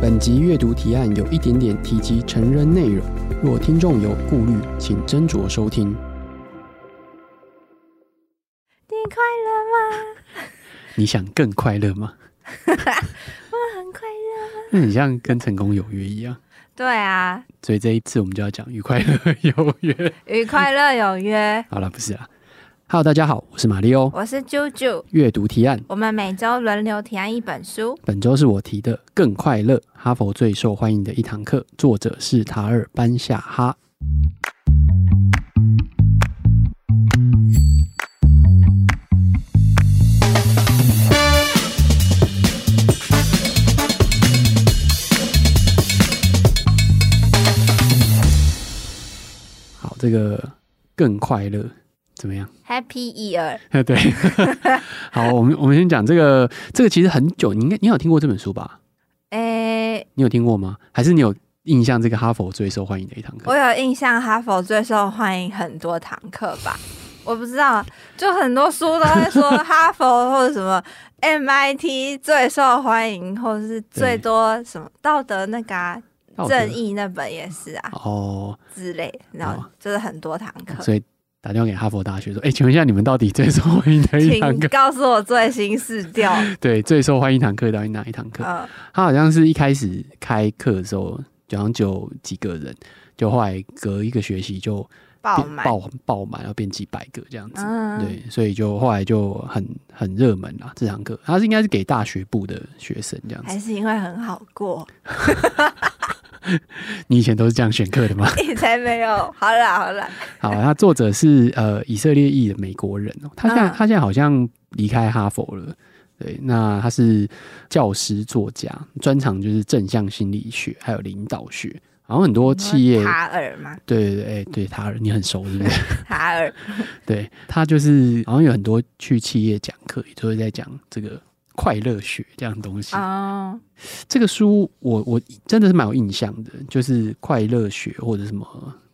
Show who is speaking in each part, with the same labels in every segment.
Speaker 1: 本集阅读提案有一点点提及成人内容，若听众有顾虑，请斟酌收听。
Speaker 2: 你快乐吗？
Speaker 1: 你想更快乐吗？
Speaker 2: 我很快乐。
Speaker 1: 那你像跟成功有约一样，
Speaker 2: 对啊，
Speaker 1: 所以这一次我们就要讲与快乐 有约。
Speaker 2: 与快乐有约。
Speaker 1: 好了，不是啊。Hello，大家好，我是马里欧。
Speaker 2: 我是啾啾，
Speaker 1: 阅读提案，
Speaker 2: 我们每周轮流提案一本书。
Speaker 1: 本周是我提的《更快乐：哈佛最受欢迎的一堂课》，作者是塔尔班夏哈。好，这个更快乐怎么样？
Speaker 2: Happy Year，
Speaker 1: 对， 好，我们我们先讲这个，这个其实很久，你应该你有听过这本书吧？
Speaker 2: 诶、
Speaker 1: 你有听过吗？还是你有印象这个哈佛最受欢迎的一堂课
Speaker 2: 我？有印象，哈佛最受欢迎很多堂课吧？我不知道，就很多书都会说哈佛或者什 么 MIT 最受欢迎，或者是最多什么道德那个、啊、
Speaker 1: 道德
Speaker 2: 正义那本也是啊
Speaker 1: 哦，
Speaker 2: 之类，然后
Speaker 1: 哦
Speaker 2: 就是很多堂课。
Speaker 1: 所以打电话给哈佛大学说，哎、请问一下你们到底最受欢迎的一堂
Speaker 2: 请
Speaker 1: 课？
Speaker 2: 告诉我最新市 调。
Speaker 1: 对，最受欢迎一堂课到底哪一堂课？
Speaker 2: 嗯，
Speaker 1: 他好像是一开始开课的时候，好像就几个人，就后来隔一个学期就
Speaker 2: 爆
Speaker 1: 变
Speaker 2: 满。
Speaker 1: 爆爆满，然后变几百个这样子。
Speaker 2: 嗯，
Speaker 1: 对，所以就后来就很很热门啦。这堂课它是应该是给大学部的学生这样子。
Speaker 2: 还是因为很好过，
Speaker 1: 你以前都是这样选课的吗？
Speaker 2: 你才没有。好啦好啦，
Speaker 1: 好，那作者是呃以色列裔的美国人哦，他现在、
Speaker 2: 嗯
Speaker 1: 他现在好像离开哈佛了。对，那他是教师、作家，专长就是正向心理学还有领导学，好像很多企业
Speaker 2: 塔尔嘛，
Speaker 1: 对对对，哎、对他你很熟是不是？
Speaker 2: 塔尔，
Speaker 1: 对他就是好像有很多去企业讲课，也就是在讲这个快乐学这样东西。
Speaker 2: 哦，
Speaker 1: 这个书我我真的是蛮有印象的，就是快乐学或者什么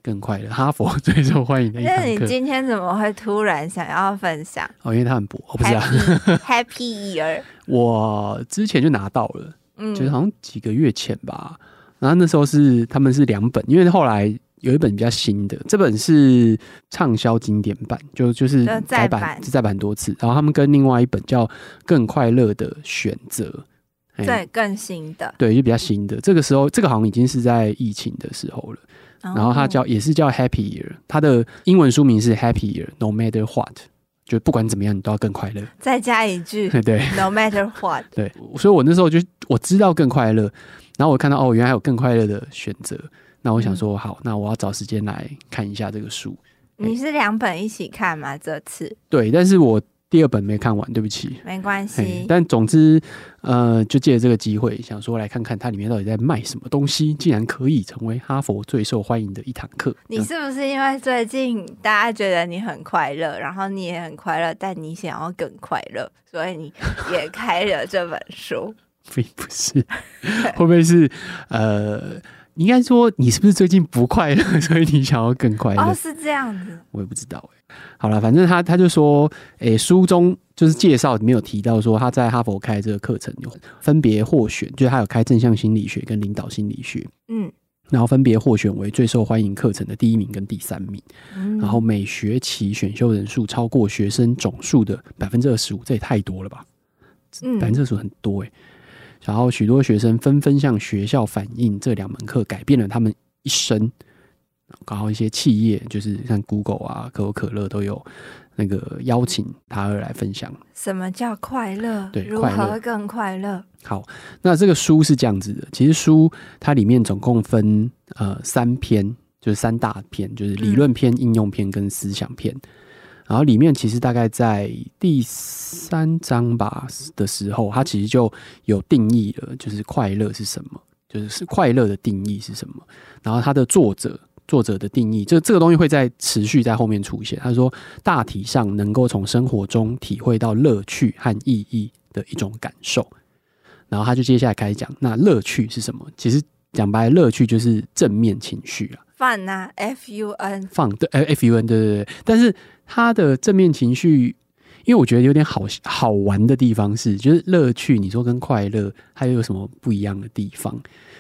Speaker 1: 更快乐，哈佛 最受欢迎的一
Speaker 2: 那
Speaker 1: 堂
Speaker 2: 你
Speaker 1: 课
Speaker 2: 今天怎么会突然想要分享
Speaker 1: 哦，因为它很薄，哦、不是啊，
Speaker 2: Happy Happy Year？
Speaker 1: 我之前就拿到了，
Speaker 2: 嗯
Speaker 1: 就是好像几个月前吧。然后那时候是他们是两本，因为后来有一本比较新的，这本是畅销经典版，就就是
Speaker 2: 就
Speaker 1: 改
Speaker 2: 再
Speaker 1: 版
Speaker 2: 版
Speaker 1: 是再版很多次。然后他们跟另外一本叫《更快乐的选择》，哎
Speaker 2: 对更新的，
Speaker 1: 对，就比较新的。这个时候，这个好像已经是在疫情的时候了。
Speaker 2: 然
Speaker 1: 然后它叫也是叫 Happy Year，它的英文书名是 Happy Year No Matter What，就不管怎么样，你都要更快乐。
Speaker 2: 再加一 句
Speaker 1: 对。
Speaker 2: No matter what，
Speaker 1: 对，所以我那时候就我知道更快乐，然后我看到哦，原来还有更快乐的选择，那我想说好，那我要找时间来看一下这个书。
Speaker 2: 你是两本一起看吗？这次
Speaker 1: 对，但是我第二本没看完，对不起。
Speaker 2: 没关
Speaker 1: 嘿
Speaker 2: 系，
Speaker 1: 但总之，呃，就借着这个机会，想说来看看它里面到底在卖什么东西，竟然可以成为哈佛最受欢迎的一堂课。
Speaker 2: 你是不是因为最近大家觉得你很快乐，然后你也很快乐，但你想要更快乐，所以你也开了这本书？
Speaker 1: 呃并不是， 会不会是呃，应该说你是不是最近不快乐，所以你想要更快乐？
Speaker 2: 哦，是这样子，
Speaker 1: 我也不知道哎、好了，反正他他就说，诶、书中就是介绍里面有提到说，他在哈佛开这个课程有分别获选，就是他有开正向心理学跟领导心理学，
Speaker 2: 嗯，
Speaker 1: 然后分别获选为最受欢迎课程的第一名跟第三名，
Speaker 2: 嗯
Speaker 1: 然后每学期选修人数超过学生总数的百分之二十五，这也太多了吧？
Speaker 2: 嗯
Speaker 1: 百分之二十五很多哎、然后许多学生纷纷向学校反映，这两门课改变了他们一生。然后一些企业，就是像 Google 啊、可口可乐都有那个邀请他来分享。
Speaker 2: 什么叫快乐？
Speaker 1: 对
Speaker 2: 如
Speaker 1: 快乐
Speaker 2: 何更快乐？
Speaker 1: 好，那这个书是这样子的，其实书它里面总共分呃三篇，就是三大篇，就是理论篇、应用篇跟思想篇。然后里面其实大概在第三章吧的时候，它其实就有定义了，就是快乐是什么，就是是快乐的定义是什么。然后它的作者作者的定义，这这个东西会在持续在后面出现。他说，大体上能够从生活中体会到乐趣和意义的一种感受。然后他就接下来开始讲，那乐趣是什么？其实讲白了，乐趣就是正面情绪啊，呃
Speaker 2: fun 啊，F U N，
Speaker 1: 放对 F U N 对对对。但是他的正面情绪，因为我觉得有点好好玩的地方是，就是乐趣，你说跟快乐它又有什么不一样的地方？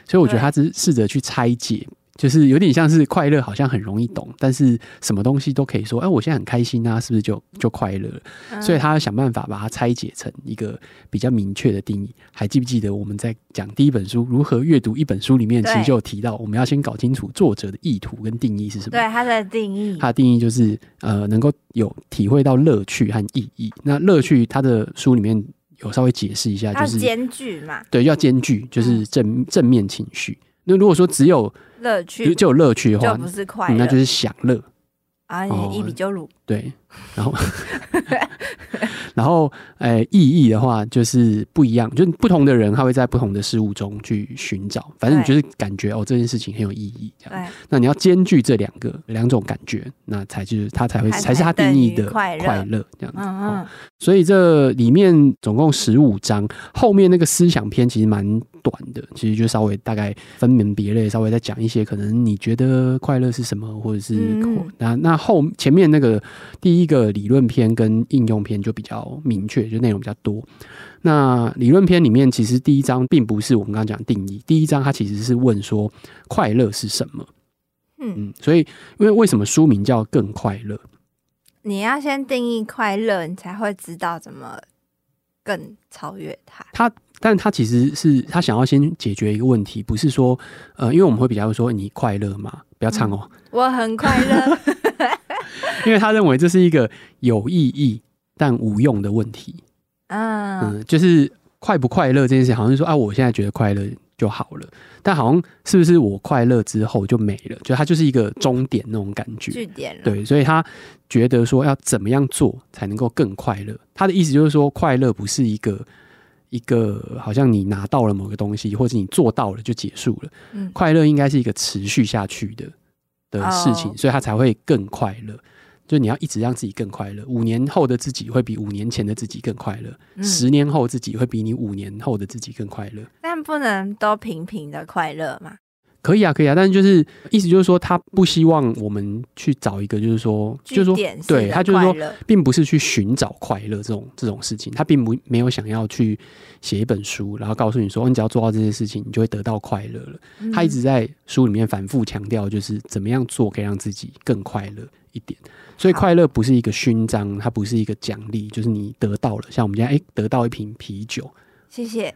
Speaker 1: 所以我觉得他只是试着去拆解，就是有点像是快乐，好像很容易懂，但是什么东西都可以说，哎、我现在很开心啊，是不是就就快乐了？
Speaker 2: 嗯
Speaker 1: 所以他要想办法把它拆解成一个比较明确的定义。还记不记得我们在讲第一本书如何阅读一本书里面，其
Speaker 2: 对
Speaker 1: 实就有提到，我们要先搞清楚作者的意图跟定义是什么
Speaker 2: 对。它的定义，
Speaker 1: 它的定义就是呃，能够有体会到乐趣和意义。那乐趣，它的书里面有稍微解释一下，
Speaker 2: 它
Speaker 1: 就是是
Speaker 2: 兼嗯具嘛，
Speaker 1: 对要兼具，就是正正面情绪。那如果说只有
Speaker 2: 乐
Speaker 1: 就
Speaker 2: 趣
Speaker 1: 就有乐趣的
Speaker 2: 就
Speaker 1: 话，
Speaker 2: 不是快
Speaker 1: 嗯
Speaker 2: 乐，
Speaker 1: 那就是享乐。
Speaker 2: 啊，
Speaker 1: 哦
Speaker 2: 一比九乳，
Speaker 1: 对，然后，然后，呃，意义的话就是不一样，就是不同的人他会在不同的事物中去寻找，反正你就
Speaker 2: 对
Speaker 1: 是感觉哦，这件事情很有意义，这样。
Speaker 2: 对，
Speaker 1: 那你要兼具这两个两种感觉，那才就是他才会
Speaker 2: 它才
Speaker 1: 才是他定义的
Speaker 2: 等于快乐
Speaker 1: 快乐这样子。
Speaker 2: 嗯
Speaker 1: 哦
Speaker 2: 嗯，
Speaker 1: 所以这里面总共十五章，后面那个思想篇其实蛮短的，其实就稍微大概分门别类，稍微再讲一些可能你觉得快乐是什么，或者是、
Speaker 2: 嗯
Speaker 1: 那那后前面那个第一个理论篇跟应用篇就比较明确，就内容比较多。那理论篇里面，其实第一章并不是我们刚刚讲的定义，第一章它其实是问说快乐是什么。
Speaker 2: 嗯，
Speaker 1: 嗯，所以因为为什么书名叫更快乐？
Speaker 2: 你要先定义快乐，你才会知道怎么更超越它。
Speaker 1: 他，但他其实是他想要先解决一个问题，不是说，呃，因为我们会比较说你快乐嘛，不要唱哦，
Speaker 2: 我很快乐，
Speaker 1: 因为他认为这是一个有意义但无用的问题。
Speaker 2: 嗯，
Speaker 1: 嗯，就是快不快乐这件事，好像是说啊，我现在觉得快乐就好了，但好像是不是我快乐之后就没了？就它就是一个终点那种感觉。
Speaker 2: 据点了，
Speaker 1: 对，所以他觉得说要怎么样做才能够更快乐。他的意思就是说，快乐不是一个一个好像你拿到了某个东西，或者你做到了就结束了。
Speaker 2: 嗯
Speaker 1: 快乐应该是一个持续下去的的事情，
Speaker 2: 哦
Speaker 1: 所以他才会更快乐。就你要一直让自己更快乐，五年后的自己会比五年前的自己更快乐，
Speaker 2: 嗯
Speaker 1: 十、年后自己会比你五年后的自己更快乐。
Speaker 2: 但不能都平平的快乐嘛。
Speaker 1: 可以啊，可以啊，但是就是意思就是说，他不希望我们去找一个，就是说，就
Speaker 2: 据
Speaker 1: 是说
Speaker 2: 点，式
Speaker 1: 对
Speaker 2: 的
Speaker 1: 他就是说
Speaker 2: 快，乐
Speaker 1: 并不是去寻找快乐这种这种事情，他并不没有想要去写一本书，然后告诉你说，哦你只要做到这些事情，你就会得到快乐了。
Speaker 2: 嗯
Speaker 1: 他一直在书里面反复强调，就是怎么样做可以让自己更快乐一点。所以
Speaker 2: 好
Speaker 1: 快乐不是一个勋章，它不是一个奖励，就是你得到了，像我们家哎、诶得到一瓶啤酒，
Speaker 2: 谢谢，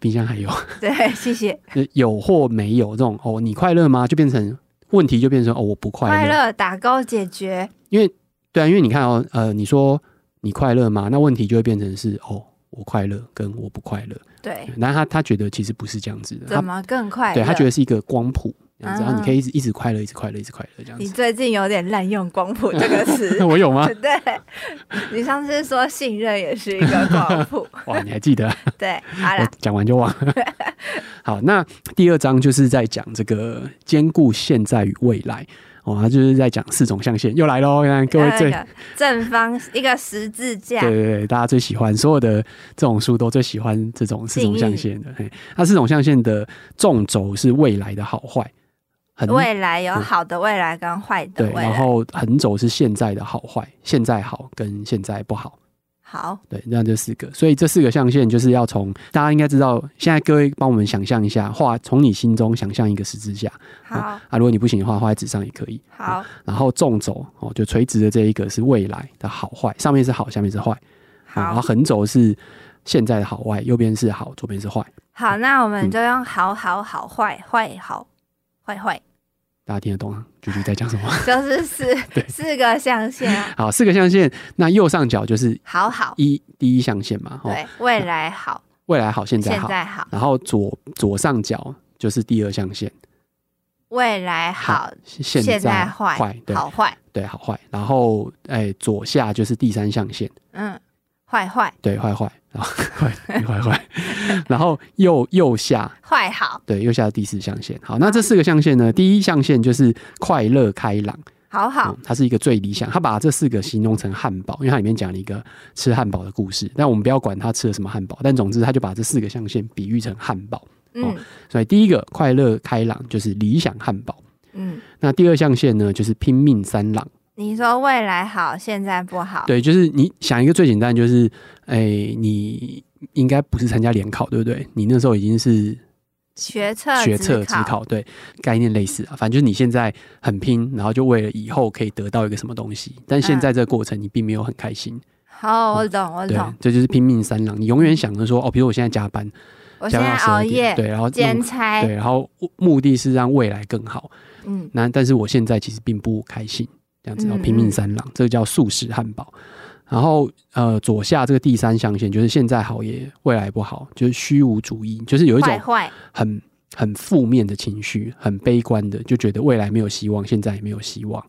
Speaker 1: 冰箱还有
Speaker 2: 对，谢谢。
Speaker 1: 就是有或没有这种哦，你快乐吗？就变成问题，就变成哦我不
Speaker 2: 快乐打勾解决，
Speaker 1: 对啊，因为你看哦，呃，你说你快乐吗？那问题就会变成是哦，我快乐跟我不快乐。
Speaker 2: 对，
Speaker 1: 然后他他觉得其实不是这样子的，
Speaker 2: 怎
Speaker 1: 他
Speaker 2: 么更快乐？
Speaker 1: 对他觉得是一个光谱这样子，
Speaker 2: 啊
Speaker 1: 然后你可以一直一直快乐，一直快乐，一直快乐这样
Speaker 2: 你
Speaker 1: 子。
Speaker 2: 最近有点滥用“光谱”这个词
Speaker 1: 那。 我有吗？
Speaker 2: 对，你上次说信任也是一个光谱，
Speaker 1: 哇，你还记得啊？
Speaker 2: 对， 好
Speaker 1: 我
Speaker 2: 啦，
Speaker 1: 讲完就忘了。 好，那第二章就是在讲这个兼顾现在与未来。哦，他就是在讲四种象限，又来喽！看各位最
Speaker 2: 那个正方一个十字架，
Speaker 1: 对对对，大家最喜欢所有的这种书都最喜欢这种四种象限的。嘿，那四种象限的纵轴是未来的好坏，横
Speaker 2: 未来有好的未来跟坏的
Speaker 1: 对，
Speaker 2: 未
Speaker 1: 然
Speaker 2: 来。
Speaker 1: 后横轴是现在的好坏，现在好跟现在不好。
Speaker 2: 好，
Speaker 1: 对，那这四个，所以这四个象限就是要从大家应该知道，现在各位帮我们想象一下，画从你心中想象一个十字架
Speaker 2: 好，
Speaker 1: 啊，如果你不行的话，画在纸上也可以。
Speaker 2: 好，
Speaker 1: 然后纵轴哦，就垂直的这一个是未来的好坏，上面是好，下面是坏。好，然后
Speaker 2: 好，
Speaker 1: 横轴是现在的好坏，右边是好，左边是坏，
Speaker 2: 好，那我
Speaker 1: 嗯
Speaker 2: 们就用好好好坏坏好坏坏，
Speaker 1: 大家听得懂啊？菊菊在讲什么？
Speaker 2: 就是四四个象限啊，
Speaker 1: 好，四个象限，那右上角就是
Speaker 2: 好好，
Speaker 1: 一第一象限嘛，哦，
Speaker 2: 对，未来好，
Speaker 1: 未来好，现在
Speaker 2: 现
Speaker 1: 好，
Speaker 2: 在好，
Speaker 1: 然后左左上角就是第二象限，
Speaker 2: 未来好，
Speaker 1: 现
Speaker 2: 现在坏，
Speaker 1: 坏，对
Speaker 2: 好坏，
Speaker 1: 对，好坏，然后哎左下就是第三象限，
Speaker 2: 嗯，坏坏
Speaker 1: 对，坏坏，然后 坏坏坏， 然后右右下
Speaker 2: 坏好，
Speaker 1: 对右下第四象限，好，那这四个象限呢，第一象限就是快乐开朗。
Speaker 2: 好好
Speaker 1: 嗯，它是一个最理想。他把这四个形容成汉堡，因为它里面讲了一个吃汉堡的故事。但我们不要管他吃了什么汉堡，但总之他就把这四个象限比喻成汉堡。
Speaker 2: 嗯
Speaker 1: 所以第一个快乐开朗就是理想汉堡，
Speaker 2: 嗯
Speaker 1: 那第二象限呢就是拼命三郎，
Speaker 2: 你说未来好，现在不好，
Speaker 1: 对，就是你想一个最简单，就是哎、你应该不是参加联考，对不对？你那时候已经是
Speaker 2: 学测、
Speaker 1: 学测、职考，对，概念类似啊。反正就是你现在很拼，然后就为了以后可以得到一个什么东西，但现在这个过程你并没有很开
Speaker 2: 嗯
Speaker 1: 心，
Speaker 2: 好，我懂，我
Speaker 1: 对
Speaker 2: 懂。，
Speaker 1: 这就是拼命三郎。你永远想着说，哦，比如我现在加班，
Speaker 2: 我
Speaker 1: 加
Speaker 2: 现
Speaker 1: 班
Speaker 2: 在
Speaker 1: 到
Speaker 2: 熬
Speaker 1: 12
Speaker 2: 夜
Speaker 1: 点，对，然后
Speaker 2: 兼
Speaker 1: 弄
Speaker 2: 差，
Speaker 1: 对，然后目的是让未来更好。
Speaker 2: 嗯，
Speaker 1: 那但是我现在其实并不开心，这样子，
Speaker 2: 嗯
Speaker 1: 然后拼命三郎，这个叫素食汉堡。然后呃，左下这个第三象限就是现在好也未来不好，就是虚无主义，就是有一
Speaker 2: 坏
Speaker 1: 种
Speaker 2: 坏，
Speaker 1: 很很负面的情绪，很悲观的，就觉得未来没有希望，现在也没有希望，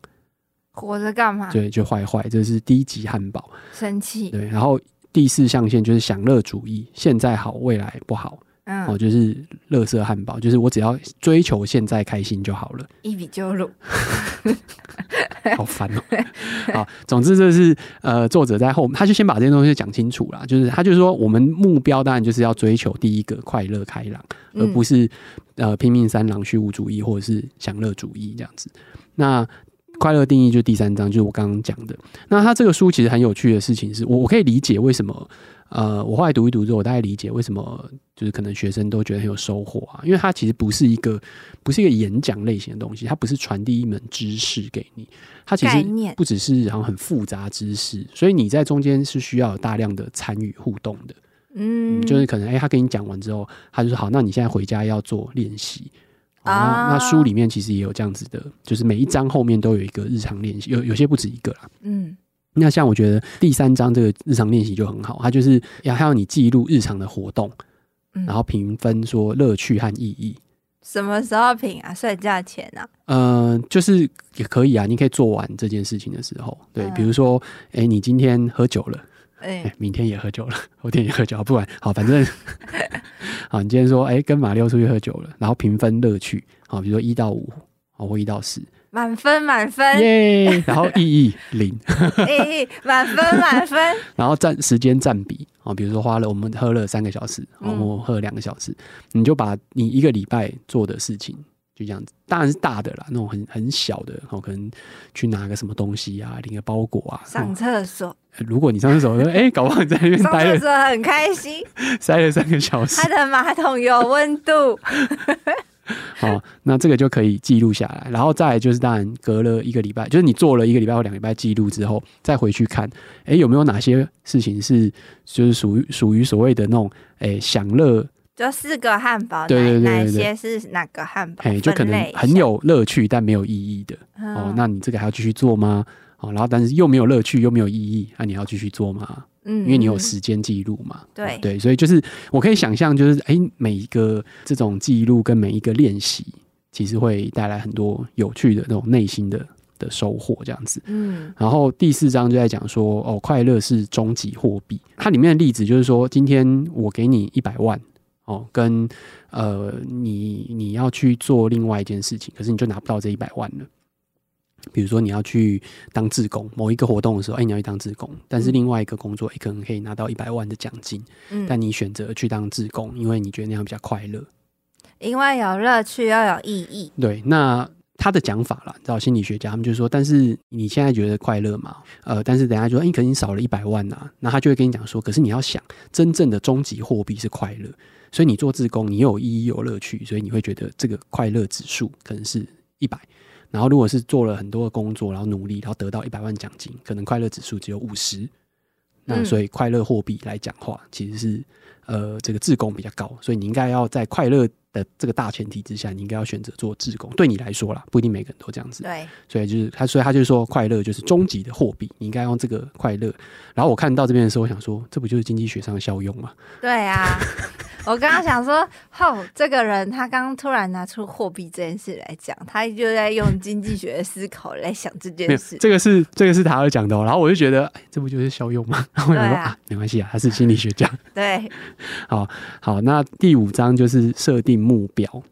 Speaker 2: 活着干嘛？
Speaker 1: 对，就坏坏，这是低级汉堡。
Speaker 2: 生气，
Speaker 1: 对，然后第四象限就是享乐主义，现在好，未来不好，哦，
Speaker 2: 嗯，
Speaker 1: 就是乐色汉堡，就是我只要追求现在开心就好了。
Speaker 2: 一笔就入。
Speaker 1: 好烦哦、好，总之这是呃，作者在后，他就先把这些东西讲清楚啦。就是他就是说，我们目标当然就是要追求第一个快乐开朗，而
Speaker 2: 嗯
Speaker 1: 不是呃拼命三郎、虚无主义或者是享乐主义这样子。那快乐定义就是第三章，就是我刚刚讲的。那他这个书其实很有趣的事情是，我我可以理解为什么。呃，我后来读一读之后，我大概理解为什么就是可能学生都觉得很有收获啊，因为它其实不是一个不是一个演讲类型的东西，它不是传递一门知识给你，它其实
Speaker 2: 概念
Speaker 1: 不只是然后很复杂知识，所以你在中间是需要有大量的参与互动的。
Speaker 2: 嗯
Speaker 1: 嗯，，就是可能哎、他跟你讲完之后，他就说好，那你现在回家要做练习。
Speaker 2: 啊
Speaker 1: 啊，那书里面其实也有这样子的，就是每一章后面都有一个日常练习，有有些不止一个啦。
Speaker 2: 嗯，
Speaker 1: 那像我觉得第三章这个日常练习就很好，它就是要还要你记录日常的活动，
Speaker 2: 嗯
Speaker 1: 然后评分说乐趣和意义。
Speaker 2: 什么时候品啊？睡觉前啊？
Speaker 1: 呃，就是也可以啊，你可以做完这件事情的时候，对，
Speaker 2: 嗯
Speaker 1: 比如说，哎、你今天喝酒了，哎、
Speaker 2: 哎，
Speaker 1: 明天也喝酒了， 后天也喝酒，不管好，反 正 好，你今天说，哎、跟马六出去喝酒了，然后评分乐趣，好，比如说一到五，好，或一到十，
Speaker 2: 满分满分，
Speaker 1: 耶，然后意义零，
Speaker 2: 哎，满分满 分，
Speaker 1: 然后占时间占比啊，哦比如说花了我们喝了三个小时，我
Speaker 2: 嗯
Speaker 1: 们喝了两个小时，你就把你一个礼拜做的事情就这样子，当然是大的啦，那种很很小的，哦，可能去拿个什么东西啊，领个包裹啊。
Speaker 2: 上
Speaker 1: 哦
Speaker 2: 厕 所，
Speaker 1: 如果你上厕所，哎、搞不好你在那边
Speaker 2: 上
Speaker 1: 待
Speaker 2: 厕
Speaker 1: 了
Speaker 2: 所很开心，
Speaker 1: 待了三个小时
Speaker 2: 他，的马桶有温度，
Speaker 1: 好、那这个就可以记录下来，然后再来就是当然隔了一个礼拜，就是你做了一个礼拜或两个礼拜记录之后，再回去看，哎、有没有哪些事情是就是属于属于所谓的那种哎、诶享乐
Speaker 2: 就四个汉堡，
Speaker 1: 对对对
Speaker 2: 哪
Speaker 1: 对对
Speaker 2: 哪些是哪个汉堡
Speaker 1: 哎、？就可
Speaker 2: 分
Speaker 1: 能
Speaker 2: 类一
Speaker 1: 很
Speaker 2: 下
Speaker 1: 有乐趣但没有意义的、哦
Speaker 2: 嗯。
Speaker 1: 那你这个还要继续做吗？哦，然后但是又没有乐趣又没有意义，那、你还要继续做吗？
Speaker 2: 嗯
Speaker 1: 因为你有
Speaker 2: 嗯
Speaker 1: 时间记录嘛。哦
Speaker 2: 对
Speaker 1: 对，所以就是我可以想象，就是哎、每一个这种记录跟每一个练习，其实会带来很多有趣的那种内心的的收获，这样子。
Speaker 2: 嗯
Speaker 1: 然后第四章就在讲说，哦，快乐是终极货币。它里面的例子就是说，今天我给你一百万，哦，跟呃，你你要去做另外一件事情，可是你就拿不到这一百万了。比如说你要去当志工，某一个活动的时候，哎，你要去当志工，但是
Speaker 2: 嗯
Speaker 1: 另外一个工作，哎，可能可以拿到一百万的奖金，
Speaker 2: 嗯，
Speaker 1: 但你选择去当志工，因为你觉得那样比较快乐。
Speaker 2: 因为有乐趣又有意义，
Speaker 1: 对，那他的讲法啦，你知道心理学家他们就说，但是你现在觉得快乐嘛？呃，但是等一下就说，哎、可能你少了一百万呐、那他就会跟你讲说，可是你要想，真正的终极货币是快乐，所以你做志工，你又有意义又有乐趣，所以你会觉得这个快乐指数可能是一百。然后，如果是做了很多的工作，然后努力，然后得到一百万奖金，可能快乐指数只有五十。那
Speaker 2: 嗯
Speaker 1: 所以快乐货币来讲话，其实是呃这个自工比较高，所以你应该要在快乐的这个大前提之下，你应该要选择做自工。对你来说啦，不一定每个人都这样子。
Speaker 2: 对，
Speaker 1: 所以就是他，所以他就说快乐就是终极的货币，你应该用这个快乐。然后我看到这边的时候，我想说，这不就是经济学上的效用吗？
Speaker 2: 对 啊，我刚刚想说，吼，这个人他刚刚突然拿出货币这件事来讲，他就在用经济学的思考来想这
Speaker 1: 没
Speaker 2: 件
Speaker 1: 有，
Speaker 2: 事。
Speaker 1: 这个是这个是塔尔讲的、哦。然后我就觉得，哎，这不就是效用吗？然后我想说
Speaker 2: 对啊
Speaker 1: 啊，没关系啊，他是心理学家。
Speaker 2: 对，
Speaker 1: 好，那第五章就是设定目标，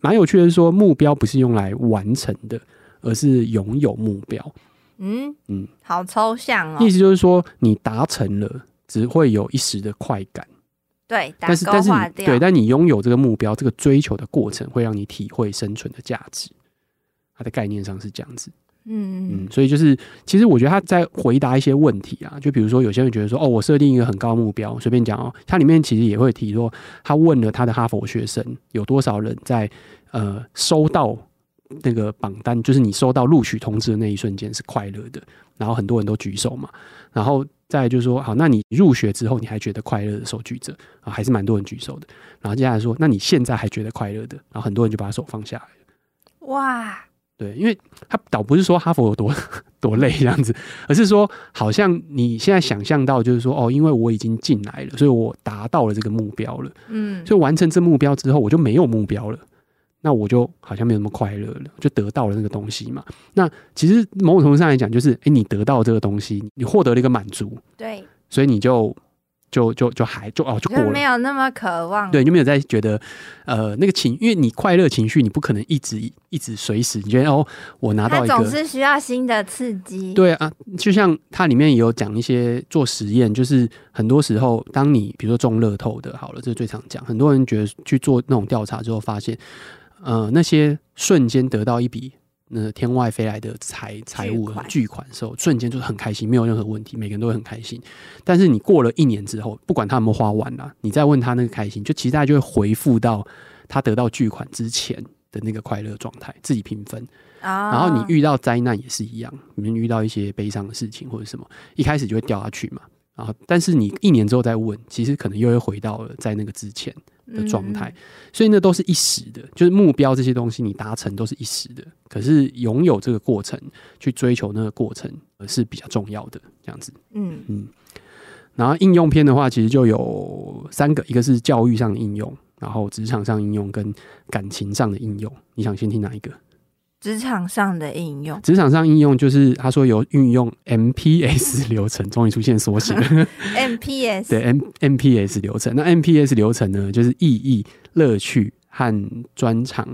Speaker 1: 蛮有趣的是说，目标不是用来完成的，而是拥有目标。
Speaker 2: 嗯
Speaker 1: 嗯
Speaker 2: 嗯，好抽象哦
Speaker 1: 意。思就是说，你达成了，只会有一时的快感，
Speaker 2: 对，打
Speaker 1: 但是
Speaker 2: 勾
Speaker 1: 但是
Speaker 2: 划
Speaker 1: 你
Speaker 2: 掉。
Speaker 1: 对，但你拥有这个目标，这个追求的过程，会让你体会生存的价值。它的概念上是这样子，
Speaker 2: 嗯
Speaker 1: 嗯，所以就是，其实我觉得他在回答一些问题啊，就比如说有些人觉得说，哦，我设定一个很高目标，随便讲哦，它里面其实也会提说，他问了他的哈佛学生有多少人在呃收到那个榜单，就是你收到录取通知的那一瞬间是快乐的，然后很多人都举手嘛，然后再来就是说，好，那你入学之后你还觉得快乐的手举着啊，还是蛮多人举手的，然后接下来说，那你现在还觉得快乐的，然后很多人就把手放下来。嗯
Speaker 2: 哇，
Speaker 1: 对，因为他倒不是说哈佛有多多累这样子，而是说好像你现在想象到就是说哦，因为我已经进来了，所以我达到了这个目标了，
Speaker 2: 嗯，
Speaker 1: 所以完成这目标之后，我就没有目标了。那我就好像没有那么快乐了，就得到了那个东西嘛。那其实某种程度上来讲，就是诶，你得到这个东西，你获得了一个满足，
Speaker 2: 对，
Speaker 1: 所以你就就就就还就哦就过
Speaker 2: 就
Speaker 1: 了
Speaker 2: 没，有那么渴望，
Speaker 1: 对，你就没有再觉得，呃，那个情，因为你快乐情绪，你不可能一直一直随时，你觉得哦，我拿到
Speaker 2: 他
Speaker 1: 一
Speaker 2: 总
Speaker 1: 个，
Speaker 2: 是需要新的刺激，哦
Speaker 1: 对啊，就像它里面也有讲一些做实验，就是很多时候，当你比如说中乐透的，好了，这是最常讲，很多人觉得去做那种调查之后，发现，呃，那些瞬间得到一笔。那天外飞来的财财务
Speaker 2: 巨款
Speaker 1: 巨款的时候，瞬间就是很开心，没有任何问题，每个人都会很开心。但是你过了一年之后，不管他有没有花完啦、你再问他那个开心，就其实大家就会回复到他得到巨款之前的那个快乐状态，自己评分。
Speaker 2: 啊，
Speaker 1: 然后你遇到灾难也是一样，你遇到一些悲伤的事情或者什么，一开始就会掉下去嘛。然后，但是你一年之后再问，其实可能又会回到了在那个之前的
Speaker 2: 嗯
Speaker 1: 状态，所以那都是一时的，就是目标这些东西你达成都是一时的，可是拥有这个过程，去追求那个过程呃是比较重要的这样子。
Speaker 2: 嗯，嗯，
Speaker 1: 然后应用篇的话，其实就有三个，一个是教育上的应用，然后职场上应用跟感情上的应用。你想先听哪一个？
Speaker 2: 职场上的应用，
Speaker 1: 职场上应用就是他说有运用 MPS 流程，终于出现缩写了。
Speaker 2: MPS，
Speaker 1: 对 M MPS 流程，那 MPS 流程呢，就是意义、乐趣和专长。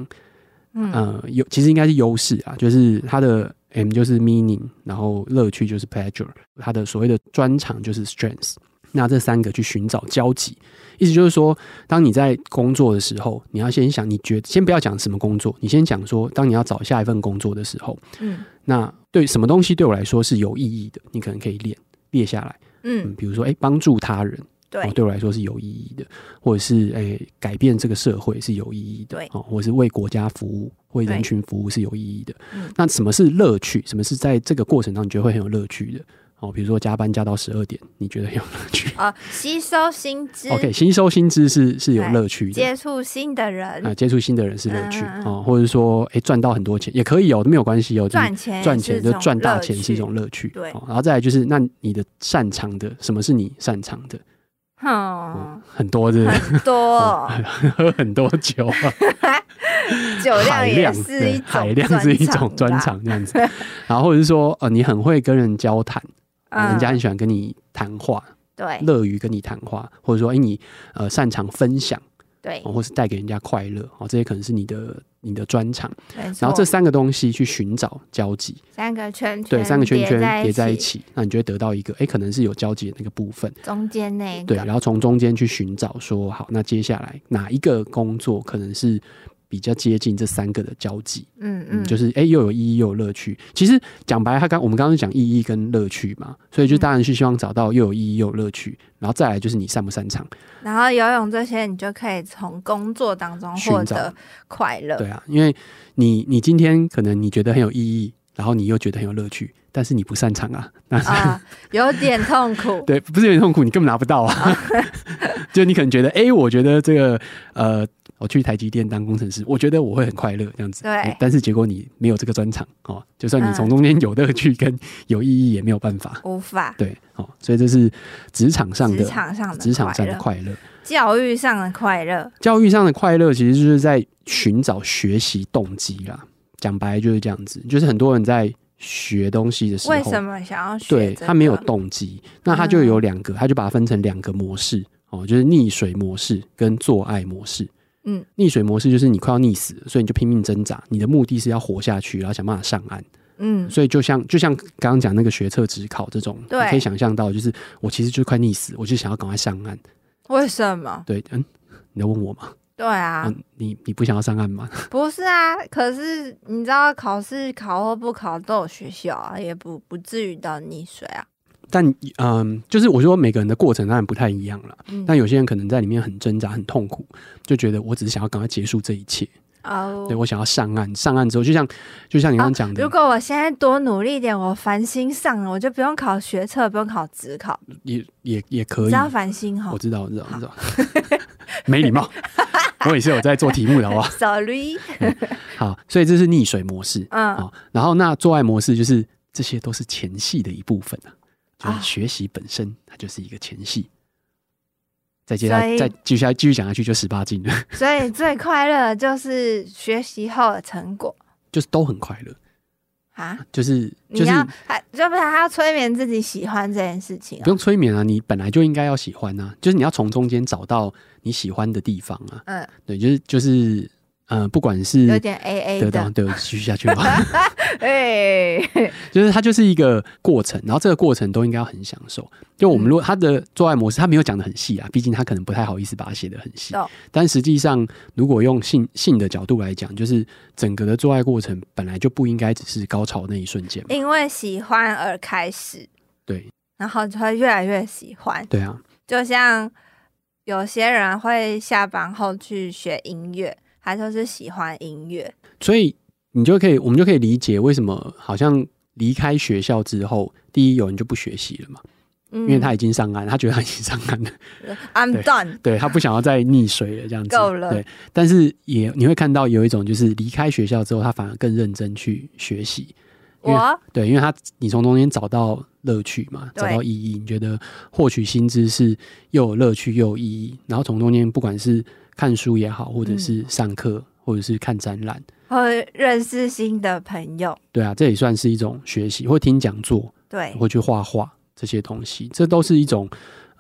Speaker 2: 嗯
Speaker 1: 呃，有其实应该是优势啊，就是它的 M 就是 meaning，然后乐趣就是 pleasure，它的所谓的专长就是 strength。那这三个去寻找交集，意思就是说，当你在工作的时候，你要先想，你觉先不要讲什么工作，你先讲说，当你要找下一份工作的时候，
Speaker 2: 嗯
Speaker 1: 那对什么东西对我来说是有意义的，你可能可以列列下来，嗯，
Speaker 2: 嗯，
Speaker 1: 比如说，哎，帮助他人，哦，
Speaker 2: 对，
Speaker 1: 对我来说是有意义的，或者是诶、改变这个社会是有意义的，
Speaker 2: 对
Speaker 1: 哦，或者是为国家服务、为人
Speaker 2: 对
Speaker 1: 群服务是有意义的
Speaker 2: 嗯。
Speaker 1: 那什么是乐趣？什么是在这个过程当中你觉得会很有乐趣的？哦，比如说加班加到十二点，你觉得很有乐趣
Speaker 2: 哦，吸收新知，
Speaker 1: ？OK，吸收新知是是有
Speaker 2: 对
Speaker 1: 乐趣的，
Speaker 2: 接触新的
Speaker 1: 啊、
Speaker 2: 人，
Speaker 1: 接触新的人是乐趣
Speaker 2: 嗯嗯嗯
Speaker 1: 哦，或者说诶赚到很多钱也可以哦，都没有关系哦，就是
Speaker 2: 赚钱也
Speaker 1: 赚
Speaker 2: 哎是
Speaker 1: 钱就
Speaker 2: 种
Speaker 1: 赚大
Speaker 2: 乐
Speaker 1: 钱是一
Speaker 2: 趣，
Speaker 1: 种乐趣，
Speaker 2: 对
Speaker 1: 哦然后再来就是，那你的擅长的，什么是你擅长的？
Speaker 2: 哼，
Speaker 1: 很多对不 对？
Speaker 2: 很多
Speaker 1: 喝很多酒、啊，
Speaker 2: 酒量
Speaker 1: 海
Speaker 2: 也
Speaker 1: 量
Speaker 2: 是
Speaker 1: 对
Speaker 2: 一种
Speaker 1: 海量是一种专
Speaker 2: 啦，
Speaker 1: 长这样子。然后或者是说，呃，你很会跟人交谈，
Speaker 2: 嗯哎
Speaker 1: 人家很喜欢跟你谈话，
Speaker 2: 对
Speaker 1: 乐于跟你谈话，或者说，哎、你呃擅长分享，
Speaker 2: 对
Speaker 1: 哦，或是带给人家快乐，哦，这些可能是你的你的专长。
Speaker 2: 没错，
Speaker 1: 然后这三个东西去寻找交集，
Speaker 2: 三个圈圈
Speaker 1: 对，三个圈圈叠
Speaker 2: 叠
Speaker 1: 在一
Speaker 2: 一，
Speaker 1: 起，那你就会得到一个，哎、可能是有交集的那个部分。
Speaker 2: 中间那一
Speaker 1: 对，
Speaker 2: 个，
Speaker 1: 然后从中间去寻找说，好，那接下来哪一个工作可能是比较接近这三个的交集？
Speaker 2: 嗯
Speaker 1: 嗯，
Speaker 2: 嗯，
Speaker 1: 就是哎、诶又有意义又有乐趣。其实讲白了，他刚我们刚刚讲意义跟乐趣嘛，所以就当然是希望找到又有意义又有乐趣，然后再来就是你擅不擅长。
Speaker 2: 然后游泳这些，你就可以从工作当中
Speaker 1: 寻
Speaker 2: 获
Speaker 1: 找
Speaker 2: 得快乐。
Speaker 1: 对啊，因为你你今天可能你觉得很有意义，然后你又觉得很有乐趣，但是你不擅长啊，那是、
Speaker 2: 啊、有点痛苦。
Speaker 1: 对，不是有点痛苦，你根本拿不到啊。就你可能觉得，哎、我觉得这个呃，我去台积电当工程师，我觉得我会很快乐这样子。
Speaker 2: 对
Speaker 1: 但是结果你没有这个专长哦，就算你从
Speaker 2: 嗯
Speaker 1: 中间有乐趣跟有意义，也没有办法。
Speaker 2: 无法
Speaker 1: 对，哦，所以这是职场上
Speaker 2: 职
Speaker 1: 的
Speaker 2: 场上的
Speaker 1: 职场上的
Speaker 2: 快乐，
Speaker 1: 快乐，
Speaker 2: 教育上的快乐，
Speaker 1: 教育上的快乐，其实就是在寻找学习动机啦。讲白就是这样子，就是很多人在学东西的时候，
Speaker 2: 为什么想要学、这
Speaker 1: 对
Speaker 2: 个嗯
Speaker 1: 他没有动机，那他就有两个，他就把它分成两个模式哦，就是溺水模式跟做爱模式。
Speaker 2: 嗯，
Speaker 1: 溺水模式就是你快要溺死了，所以你就拼命挣扎，你的目的是要活下去，然后想办法上岸。
Speaker 2: 嗯，
Speaker 1: 所以就像就像刚刚讲那个学测只考这种，你
Speaker 2: 对
Speaker 1: 可以想象到，就是我其实就快溺死，我就想要赶快上岸。
Speaker 2: 为什么？
Speaker 1: 对，嗯，你在问我吗？
Speaker 2: 对啊，
Speaker 1: 啊，你你不想要上岸吗？
Speaker 2: 不是啊，可是你知道考试考或不考都有学校啊，也不不至于到溺水啊。
Speaker 1: 但嗯、就是我说每个人的过程当然不太一样了。
Speaker 2: 嗯，
Speaker 1: 但有些人可能在里面很挣扎、很痛苦，就觉得我只是想要赶快结束这一切，
Speaker 2: 哦啊
Speaker 1: 对我想要上岸。上岸之后，就像就像你刚刚讲的，
Speaker 2: 如果我现在多努力一点，我繁星上了，我就不用考学测，不用考职考，
Speaker 1: 也也也可
Speaker 2: 只
Speaker 1: 以。
Speaker 2: 要繁星哈
Speaker 1: 我。知道，我知道，我知道， 没礼貌。我也是有在做题目的，好不好？
Speaker 2: Sorry，
Speaker 1: 好，所以这是溺水模式啊、
Speaker 2: 嗯，
Speaker 1: 好然后那做爱模式就是这些都是前戏的一部分啊，就是
Speaker 2: 啊
Speaker 1: 学习本身它就是一个前戏。再接
Speaker 2: 所
Speaker 1: 下
Speaker 2: 以
Speaker 1: 再继续下继续讲下去就十八禁了，
Speaker 2: 所以最快乐的就是学习后的成果
Speaker 1: 就是都很快乐，
Speaker 2: 啊！
Speaker 1: 就是就
Speaker 2: 你
Speaker 1: 是
Speaker 2: 要还就不然他要催眠自己喜欢这件事情、
Speaker 1: 不
Speaker 2: 哦，
Speaker 1: 用催眠啊，你本来就应该要喜欢啊，就是你要从中间找到你喜欢的地方啊，
Speaker 2: 嗯，
Speaker 1: 对，就是就是呃，不管是
Speaker 2: 有点 A A
Speaker 1: 得到
Speaker 2: 的，
Speaker 1: 对继续下去吧。
Speaker 2: 哎，
Speaker 1: 就是它就是一个过程，然后这个过程都应该要很享受。就我们如果他的做爱模式，他没有讲的很细啊，毕竟他可能不太好意思把它写的很细
Speaker 2: 懂。
Speaker 1: 但实际上，如果用性性的角度来讲，就是整个的做爱过程本来就不应该只是高潮那一瞬间嘛。
Speaker 2: 因为喜欢而开始，
Speaker 1: 对
Speaker 2: 然后就会越来越喜欢。
Speaker 1: 对啊，
Speaker 2: 就像有些人会下班后去学音乐，他就是喜欢音乐，
Speaker 1: 所以你就可以，我们就可以理解为什么好像离开学校之后，第一有人就不学习了嘛，
Speaker 2: 嗯
Speaker 1: 因为他已经上岸，他觉得他已经上岸了。
Speaker 2: I'm
Speaker 1: 对
Speaker 2: done，
Speaker 1: 对他不想要再溺水了，这样子
Speaker 2: 够了
Speaker 1: 对，但是也你会看到有一种就是离开学校之后，他反而更认真去学习。因为
Speaker 2: 我
Speaker 1: 对，因为他你从中间找到乐趣嘛，
Speaker 2: 对
Speaker 1: 找到意义，你觉得获取新知识又有乐趣又有意义，然后从中间不管是看书也好，
Speaker 2: 嗯
Speaker 1: 或者是上课，或者是看展览，
Speaker 2: 会认识新的朋友，
Speaker 1: 对啊，这也算是一种学习，或听讲座，
Speaker 2: 对，
Speaker 1: 或去画画这些东西，这都是一种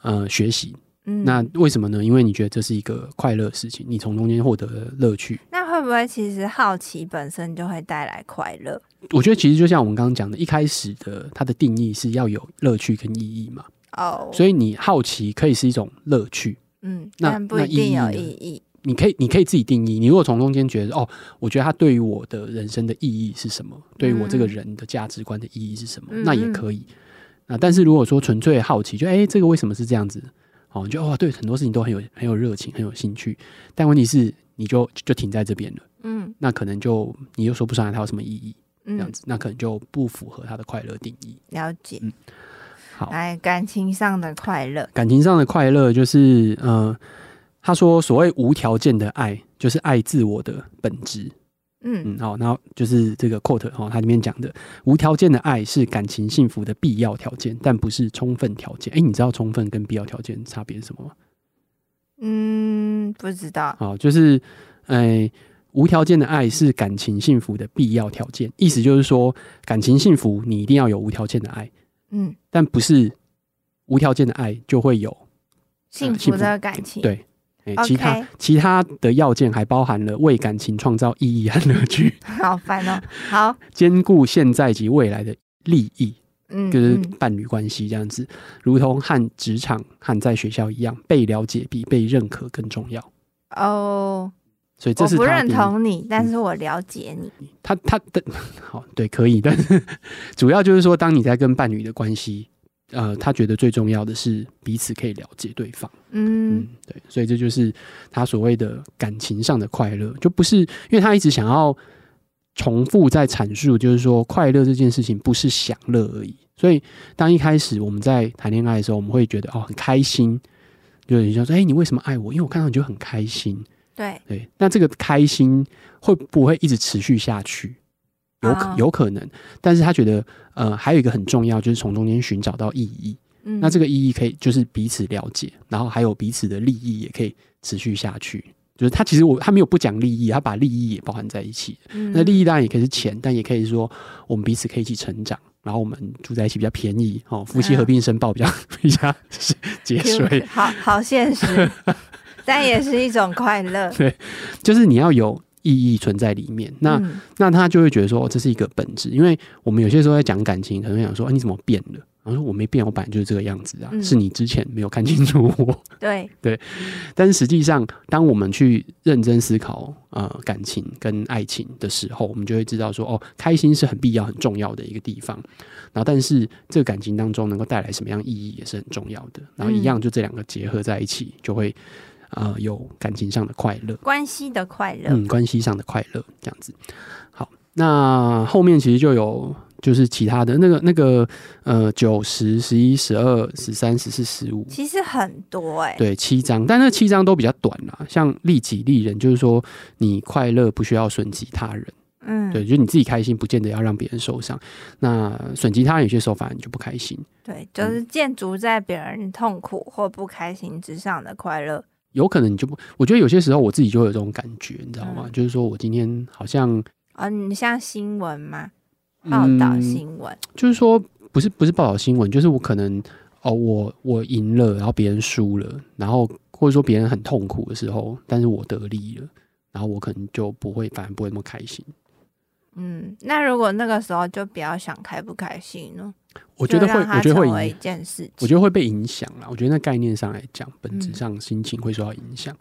Speaker 1: 呃学习。
Speaker 2: 嗯，
Speaker 1: 那为什么呢？因为你觉得这是一个快乐的事情，你从中间获得了乐趣。
Speaker 2: 那会不会其实好奇本身就会带来快乐？
Speaker 1: 我觉得其实就像我们刚刚讲的，一开始的它的定义是要有乐趣跟意义嘛，
Speaker 2: 哦，
Speaker 1: 所
Speaker 2: 以
Speaker 1: 以你好奇可以是一种乐趣，
Speaker 2: 嗯，
Speaker 1: 那
Speaker 2: 但不
Speaker 1: 那
Speaker 2: 一定
Speaker 1: 意义
Speaker 2: 有
Speaker 1: 呢
Speaker 2: 意义，
Speaker 1: 你可以你可以自己定义。你如果从中间觉得哦，我觉得它对于我的人生的意义是什么，对于我这个人的价值观的意义是什么，
Speaker 2: 嗯
Speaker 1: 那也可以。啊，但是如果说纯粹好奇，就哎、这个为什么是这样子？哦，你就哦，对，很多事情都很有很有热情，很有兴趣，但问题是你就就停在这边了。
Speaker 2: 嗯
Speaker 1: 那可能就你又说不上来它有什么意义，这样
Speaker 2: 嗯，
Speaker 1: 子，那可能就不符合它的快乐定义。
Speaker 2: 了解。
Speaker 1: 好，
Speaker 2: 哎，感情上的快乐，
Speaker 1: 感情上的快乐就是，呃，他说所谓无条件的爱，就是爱自我的本质。
Speaker 2: 嗯
Speaker 1: 嗯，好，然后就是这个 quote 哦，它里面讲的，无条件的爱是感情幸福的必要条件，但不是充分条件。哎，你知道充分跟必要条件差别是什么吗？
Speaker 2: 嗯，不知道，
Speaker 1: 好，就是，哎、无条件的爱是感情幸福的必要条件，意思就是说，感情幸福你一定要有无条件的爱。
Speaker 2: 嗯，
Speaker 1: 但不是无条件的爱就会有。
Speaker 2: 幸
Speaker 1: 幸
Speaker 2: 福
Speaker 1: 福
Speaker 2: 的感情，
Speaker 1: 对诶
Speaker 2: OK
Speaker 1: 其他其他的要件还包含了为感情创造意义和乐趣，
Speaker 2: 好烦哦。好，
Speaker 1: 兼顾现在及未来的利益，
Speaker 2: 嗯，
Speaker 1: 就是
Speaker 2: 嗯
Speaker 1: 伴侣关系这样子，如同和职场和在学校一样，被了解比被认可更重要。
Speaker 2: 哦，
Speaker 1: 所以这
Speaker 2: 我
Speaker 1: 是
Speaker 2: 不
Speaker 1: 他嗯
Speaker 2: 认
Speaker 1: 定义
Speaker 2: 同你，但是我了解你。嗯
Speaker 1: 他他的好对可以， 但是主要就是说，当你在跟伴侣的关系，呃，他觉得最重要的是彼此可以了解对方。嗯
Speaker 2: 嗯，，
Speaker 1: 对，所以这就是他所谓的感情上的快乐，就不是因为他一直想要重复在阐述，就是说快乐这件事情不是享乐而已。所以当一开始我们在谈恋爱的时候，我们会觉得哦很开心，就有人说哎、你为什么爱我？因为我看到你就很开心。
Speaker 2: 对，
Speaker 1: 对，那这个开心会不会一直持续下去？有可
Speaker 2: 啊
Speaker 1: 有可能，但是他觉得呃还有一个很重要，就是从中间寻找到意义。
Speaker 2: 嗯，
Speaker 1: 那这
Speaker 2: 个
Speaker 1: 个意义可以就是彼此了解，然后还有彼此的利益也可以持续下去。就是他其实我他没有不讲利益，他把利益也包含在一起。那利
Speaker 2: 益，
Speaker 1: 益当然也可以是钱，但也可以说我们彼此可以一起成长，然后我们住在一起比较便宜哦，夫妻合并申报比较 比较节
Speaker 2: Q-
Speaker 1: 税。
Speaker 2: 好好 现实，但也是一种快乐。
Speaker 1: 就是你要有意义存在里面， 那、
Speaker 2: 嗯
Speaker 1: 那他就会觉得说、哦这是一个本质，因为我们有些时候在讲感情，可能会想说、啊、你怎么变了然后说我没变，我本来就是这个样子啊，
Speaker 2: 嗯
Speaker 1: 是你之前没有看清楚我。
Speaker 2: 对，
Speaker 1: 但是实际上，当我们去认真思考呃感情跟爱情的时候，我们就会知道说，哦，开心是很必要、很重要的一个地方。然后，但是这个感情当中能够带来什么样意义也是很重要的。然后，一样就这两个结合在一起，就会呃有感情上的快乐。
Speaker 2: 关系的快乐，
Speaker 1: 嗯，关系上的快乐这样子。好，那后面其实就有就是其他的那个那个呃九十、十一、十二、十三、十四、十五，
Speaker 2: 其实很多哎、
Speaker 1: 对，七章，但那七章都比较短啦。像利己利人，就是说你快乐不需要损及他人，
Speaker 2: 嗯，
Speaker 1: 对，就你自己开心，不见得要让别人受伤。那损及他人，有些时候反而你就不开心。
Speaker 2: 对，就是
Speaker 1: 嗯
Speaker 2: 建筑在别人痛苦或不开心之上的快乐。
Speaker 1: 有可能你就不，我觉得有些时候我自己就有这种感觉，你知道吗？
Speaker 2: 嗯
Speaker 1: 就是说我今天好像
Speaker 2: 哦，你像新闻吗？报道
Speaker 1: 嗯
Speaker 2: 新闻，
Speaker 1: 就是说不是不是报道新闻，就是我可能哦，我我赢了，然后别人输了，然后或者说别人很痛苦的时候，但是我得利了，然后我可能就不会，反而不会那么开心。
Speaker 2: 嗯那如果那个时候就不要想开不开心呢？
Speaker 1: 我觉得
Speaker 2: 就
Speaker 1: 会，
Speaker 2: 让它
Speaker 1: 我觉得会
Speaker 2: 成为
Speaker 1: 影
Speaker 2: 一件事情。
Speaker 1: 我觉得会被影响啦。我觉得那概念上来讲，本质
Speaker 2: 嗯
Speaker 1: 上心情会受到影响。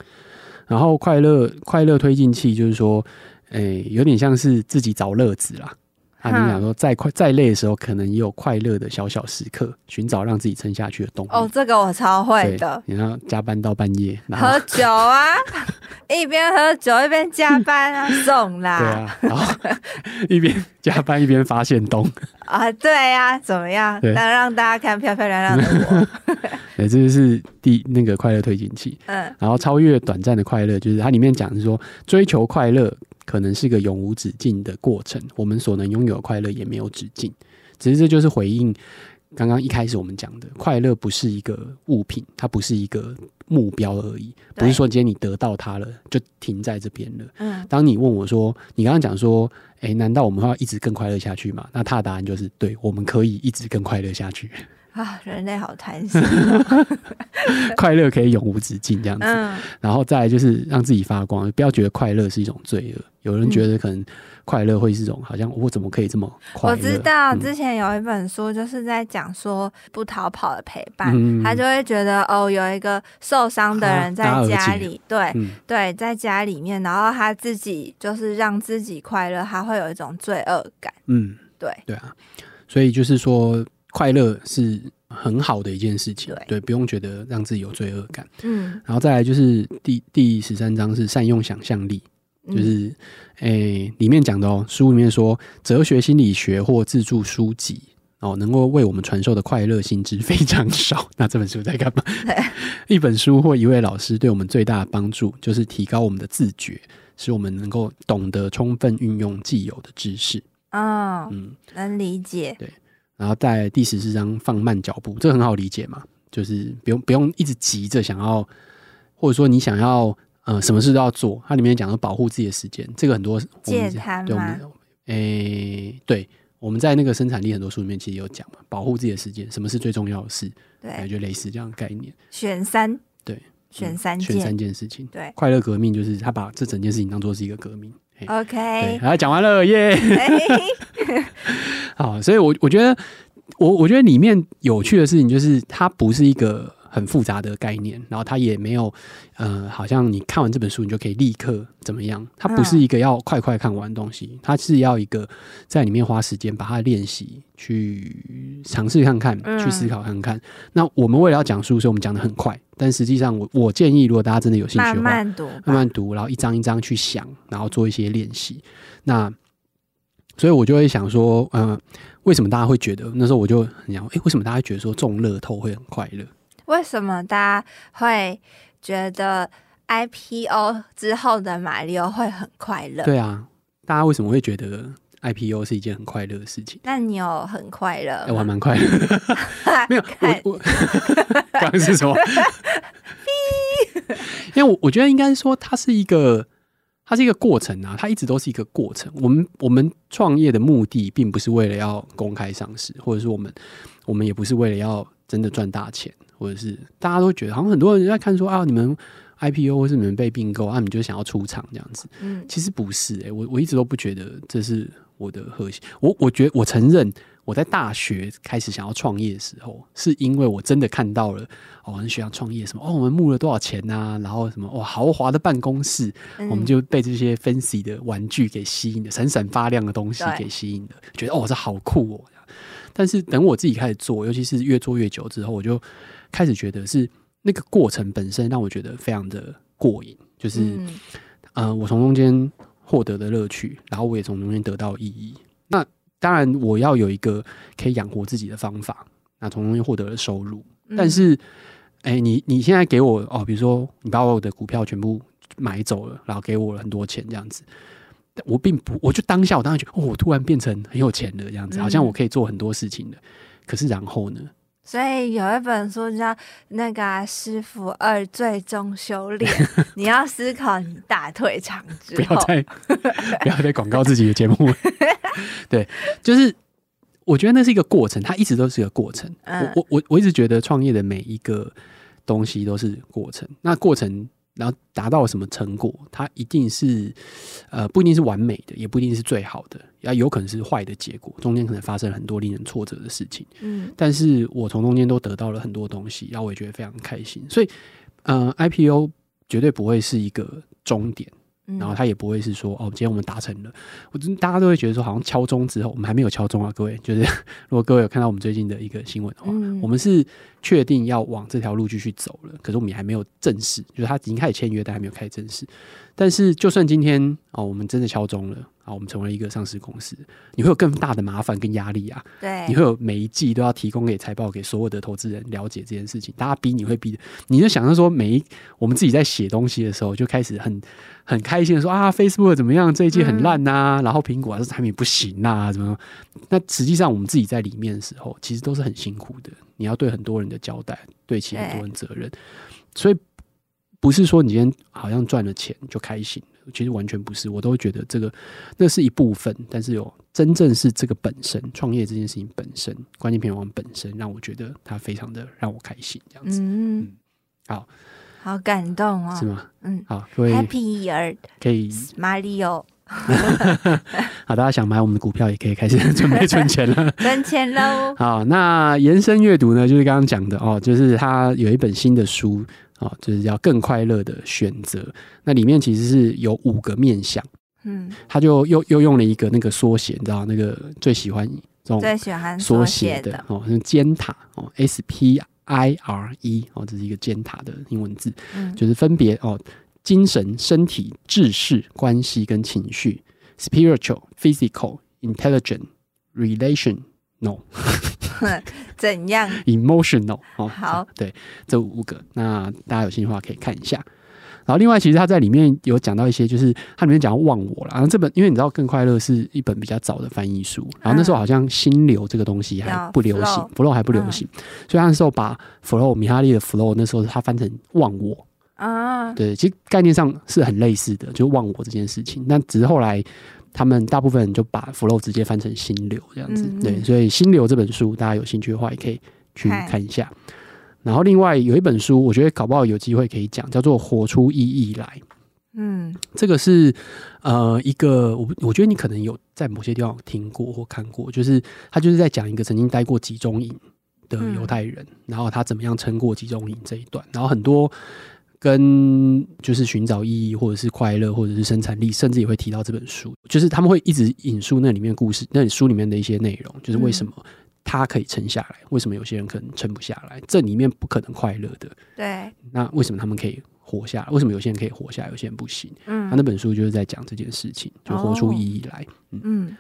Speaker 1: 然后快乐快乐推进器就是说，诶、有点像是自己找乐子啦。啊，
Speaker 2: 哼
Speaker 1: 你想说再快再累的时候，可能也有快乐的小小时刻，寻找让自己撑下去的动力。
Speaker 2: 哦，这个我超会
Speaker 1: 对
Speaker 2: 的，，
Speaker 1: 你要加班到半夜，然后
Speaker 2: 喝酒啊， 一边喝酒一边加班啊，送啦。
Speaker 1: 对啊，然后一边加班一边发现东，
Speaker 2: 啊，对呀、怎么样？
Speaker 1: 对
Speaker 2: 那让大家看漂漂亮亮的我。
Speaker 1: 对，这就是第那个快乐推进器。
Speaker 2: 嗯
Speaker 1: 然后超越短暂的快乐，就是它里面讲的是说，追求快乐可能是个永无止境的过程，我们所能拥有的快乐也没有止境。只是这就是回应刚刚一开始我们讲的，快乐不是一个物品，它不是一个目标而已，
Speaker 2: 对
Speaker 1: 不是说今天你得到它了就停在这边了。
Speaker 2: 嗯，
Speaker 1: 当你问我说，你刚刚讲说，诶，难道我们要一直更快乐下去吗？那他的答案就是，对，我们可以一直更快乐下去，
Speaker 2: 啊，人类好贪心。
Speaker 1: 快乐可以永无止境这样子。
Speaker 2: 嗯，
Speaker 1: 然后再来就是让自己发光，不要觉得快乐是一种罪恶。有人觉得可能快乐会是一种，好像我怎么可以这么快乐？
Speaker 2: 我知道
Speaker 1: 嗯
Speaker 2: 之前有一本书就是在讲说不逃跑的陪伴，
Speaker 1: 嗯
Speaker 2: 他就会觉得哦，有一个受伤的人在
Speaker 1: 啊达尔
Speaker 2: 家
Speaker 1: 姐
Speaker 2: 里，对
Speaker 1: 嗯，
Speaker 2: 对，在家里面，然后他自己就是让自己快乐，他会有一种罪恶感，
Speaker 1: 嗯，
Speaker 2: 对，
Speaker 1: 对啊，所以就是说，快乐是很好的一件事情，
Speaker 2: 对
Speaker 1: 不用觉得让自己有罪恶感。
Speaker 2: 嗯，
Speaker 1: 然后再来就是第第十三章是善用想象力，
Speaker 2: 嗯
Speaker 1: 就是诶、里面讲的哦，书里面说哲学心理学或自助书籍哦，能够为我们传授的快乐心知非常少。 那这本书在干嘛？ 一本书或一位老师对我们最大的帮助，就是提高我们的自觉，使我们能够懂得充分运用既有的知识。
Speaker 2: 嗯，
Speaker 1: 嗯，
Speaker 2: 能理解，
Speaker 1: 然后在第十四章放慢脚步，这很好理解嘛，就是不用不用一直急着想要，或者说你想要呃什么事都要做。它里面讲说保护自己的时间，这个很多我
Speaker 2: 戒
Speaker 1: 们
Speaker 2: 贪
Speaker 1: 对我
Speaker 2: 吗
Speaker 1: 们？诶、对，我们在那个生产力很多书里面其实有讲嘛，保护自己的时间，什么是最重要的事，感
Speaker 2: 对，
Speaker 1: 觉类似这样的概念。
Speaker 2: 选三，
Speaker 1: 对，
Speaker 2: 选
Speaker 1: 嗯
Speaker 2: 三
Speaker 1: 选
Speaker 2: 件
Speaker 1: 三，件事情，
Speaker 2: 对
Speaker 1: 快乐革命就是他把这整件事情当做是一个革命。嘿对，
Speaker 2: ，OK，
Speaker 1: 好，讲完了耶。
Speaker 2: 哎
Speaker 1: 好，所以我我觉得，我我觉得里面有趣的事情就是，它不是一个很复杂的概念，然后它也没有，呃，好像你看完这本书，你就可以立刻怎么样？它不
Speaker 2: 嗯
Speaker 1: 是一个要快快看完的东西，它是要一个在里面花时间把它练习，去尝试看看，
Speaker 2: 嗯
Speaker 1: 去思考看看。那我们为了要讲述，所以我们讲的很快，但实际上我我建议，如果大家真的有兴趣的
Speaker 2: 慢
Speaker 1: 话，
Speaker 2: 慢读吧，
Speaker 1: 慢慢读，然后一张一张去想，然后做一些练习。那所以我就会想说，嗯、为什么大家会觉得那时候我就很想，哎、为什么大家觉得说中乐透会很快乐？
Speaker 2: 为什么大家会觉得 IPO 之后的马里奥会很快乐？
Speaker 1: 对啊，大家为什么会觉得 IPO 是一件很快乐的事情？
Speaker 2: 那你有很快乐
Speaker 1: 哎、我还
Speaker 2: 吗？
Speaker 1: 蛮快乐的， 没有
Speaker 2: 看
Speaker 1: 我我 刚刚是什 么？因为我我觉得应该说它是一个，它是一个过程啊，它一直都是一个过程。我们我们创业的目的并不是为了要公开上市，或者是我们我们也不是为了要真的赚大钱，或者是大家都觉得好像很多人在看说啊，你们 IPO 或是你们被并购啊，你们就想要出场这样子。
Speaker 2: 嗯
Speaker 1: 其实不是、欸，我我一直都不觉得这是我的核心。我我觉我承认我在大学开始想要创业的时候，是因为我真的看到了哦，很想创业什么哦，我们募了多少钱呐、然后什么哇，豪华的办公室，
Speaker 2: 嗯
Speaker 1: 我们就被这些 fancy 的玩具给吸引了，闪闪发亮的东西
Speaker 2: 对
Speaker 1: 给吸引了，觉得哦，这好酷哦。但是等我自己开始做，尤其是越做越久之后，我就开始觉得是那个过程本身让我觉得非常的过瘾，就是、
Speaker 2: 嗯
Speaker 1: 呃，我从中间获得的乐趣，然后我也从中间得到意义。那当然，我要有一个可以养活自己的方法，那从中间获得了收入。
Speaker 2: 嗯
Speaker 1: 但是，哎、你你现在给我哦，比如说你把我的股票全部买走了，然后给我很多钱这样子，但我并不，我就当下我当然觉得哦，我突然变成很有钱了这样子，好像
Speaker 2: 嗯
Speaker 1: 我可以做很多事情了。可是然后呢？
Speaker 2: 所以有一本书叫那个啊、师傅二最终修 炼》，你要思考你大退场之
Speaker 1: 不
Speaker 2: 后
Speaker 1: 要，再不要再广告自己的节目。对，就是我觉得那是一个过程，它一直都是一个过程。
Speaker 2: 嗯
Speaker 1: 我我我我一直觉得创业的每一个东西都是过程，那过程然后达到什么成果，它一定是呃不一定是完美的，也不一定是最好的，也有可能是坏的结果，中间可能发生了很多令人挫折的事情。
Speaker 2: 嗯
Speaker 1: 但是我从中间都得到了很多东西，然后我也觉得非常开心。所以，呃，IPO 绝对不会是一个终点。
Speaker 2: 嗯，
Speaker 1: 然后他也不会是说哦，今天我们达成了，我真大家都会觉得说好像敲钟之后，我们还没有敲钟啊，各位，就是如果各位有看到我们最近的一个新闻的话，
Speaker 2: 嗯
Speaker 1: 我们是确定要往这条路继续走了，可是我们也还没有正式，就是他已经开始签约，但还没有开始正式。但是就算今天哦，我们真的敲钟了啊，我们成为了一个上市公司，你会有更大的麻烦跟压力啊，
Speaker 2: 对
Speaker 1: 你会有每一季都要提供给财报给所有的投资人了解这件事情，大家逼你会逼的，你就想象说每一我们自己在写东西的时候就开始很很开心的说啊，Facebook 怎么样，这一季很烂呐、然后苹果啊这产品不行呐、怎么？那实际上我们自己在里面的时候，其实都是很辛苦的，你要对很多人的交代，对起很多人责任，所以不是说你今天好像赚了钱就开心了，其实完全不是，我都会觉得这个那是一部分，但是有真正是这个本身创业这件事情本身，关键品王本身让我觉得它非常的让我开心，这样子、
Speaker 2: 嗯，
Speaker 1: 好，
Speaker 2: 好感动
Speaker 1: 是
Speaker 2: 哦，
Speaker 1: 吗？
Speaker 2: 嗯
Speaker 1: 好，各位
Speaker 2: ，Happy Year
Speaker 1: 可以，
Speaker 2: Mario
Speaker 1: 好，大家想买我们的股票也可以开始准备存钱了。，
Speaker 2: 赚钱喽
Speaker 1: 好，那延伸阅读呢，就是刚刚讲的哦，就是他有一本新的书哦，就是叫《更快乐的选择》，那里面其实是有五个面向，
Speaker 2: 嗯，
Speaker 1: 他就又又用了一个那个缩写，你知道那个最喜欢这种
Speaker 2: 最喜欢
Speaker 1: 缩
Speaker 2: 写
Speaker 1: 写的，哦，是尖塔哦，S P I R E 哦，这是一个尖塔的英文字，
Speaker 2: 嗯
Speaker 1: 就是分别哦，精神、身体、智识、关系跟情绪，spiritual、physical、intelligent、relation。no
Speaker 2: 怎样？
Speaker 1: emotional 哦，
Speaker 2: 好，
Speaker 1: 对，这五个，那大家有兴趣的话可以看一下。然后另外，其实他在里面有讲到一些，就是他里面讲到忘我了。然后这本，因为你知道《更快乐》是一本比较早的翻译书，然后那时候好像心流这个东西还
Speaker 2: 叫
Speaker 1: 不流行
Speaker 2: flow
Speaker 1: ，flow 还不流行，所以他那时候把 flow 米哈利的 flow 那时候他翻成忘我，
Speaker 2: 啊，
Speaker 1: 对，其实概念上是很类似的，就忘我这件事情。那只是后来他们大部分人就把 flow 直接翻成心流这样子。
Speaker 2: 嗯嗯
Speaker 1: 对，所以《心流》这本书，大家有兴趣的话也可以去
Speaker 2: 嗨
Speaker 1: 看一下。然后另外有一本书，我觉得搞不好有机会可以讲，叫做《活出意义来》。
Speaker 2: 嗯
Speaker 1: 这个是呃一个我我觉得你可能有在某些地方有听过或看过，就是他就是在讲一个曾经待过集中营的
Speaker 2: 嗯
Speaker 1: 犹太人，然后他怎么样撑过集中营这一段，然后很多。跟就是寻找意义，或者是快乐，或者是生产力，甚至也会提到这本书。就是他们会一直引述那里面的故事，那里书里面的一些内容，就是为什么他可以撑下来，为什么有些人可能撑不下来，这里面不可能快乐的。
Speaker 2: 对，
Speaker 1: 那为什么他们可以活下来？为什么有些人可以活下来，有些人不行？他
Speaker 2: 嗯哦
Speaker 1: 那本书就是在讲这件事情，就活出意义来。
Speaker 2: 嗯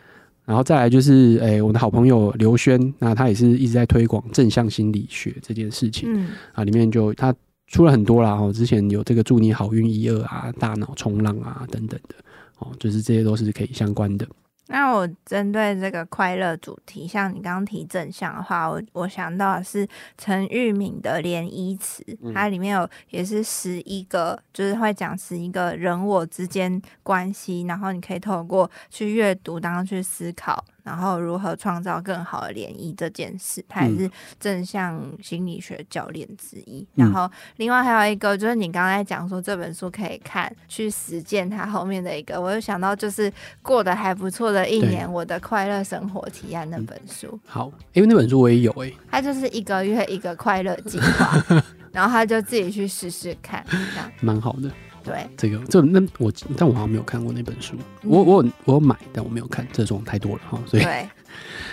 Speaker 1: 然后再来就是，诶、我的好朋友刘轩，那他也是一直在推广正向心理学这件事情、
Speaker 2: 嗯
Speaker 1: 啊，里面就他出了很多啦，哦，之前有这个祝你好运一二啊，大脑冲浪啊等等的，哦，就是这些都是可以相关的。
Speaker 2: 那我针对这个快乐主题，像你刚刚提正向的话，我我想到的是陈玉敏的《涟漪词》，它里面有也是十一个，就是会讲十一个人我之间关系，然后你可以透过去阅读，然后去思考，然后如何创造更好的联谊这件事，他也是正向心理学教练之一。
Speaker 1: 嗯
Speaker 2: 然后另外还有一个就是你刚才讲说这本书可以看去实践它后面的一个，我就想到就是过得还不错的一
Speaker 1: 对
Speaker 2: 年，嗯我的快乐生活提案那本书。
Speaker 1: 好，因为那本书我也有哎、
Speaker 2: 他就是一个月一个快乐计划， 然后他就自己去试试看，这样
Speaker 1: 蛮好的。
Speaker 2: 对，
Speaker 1: 这个这那我但我好像没有看过那本书，我
Speaker 2: 嗯
Speaker 1: 我有我有买，但我没有看，这种太多了哈。所以
Speaker 2: 对，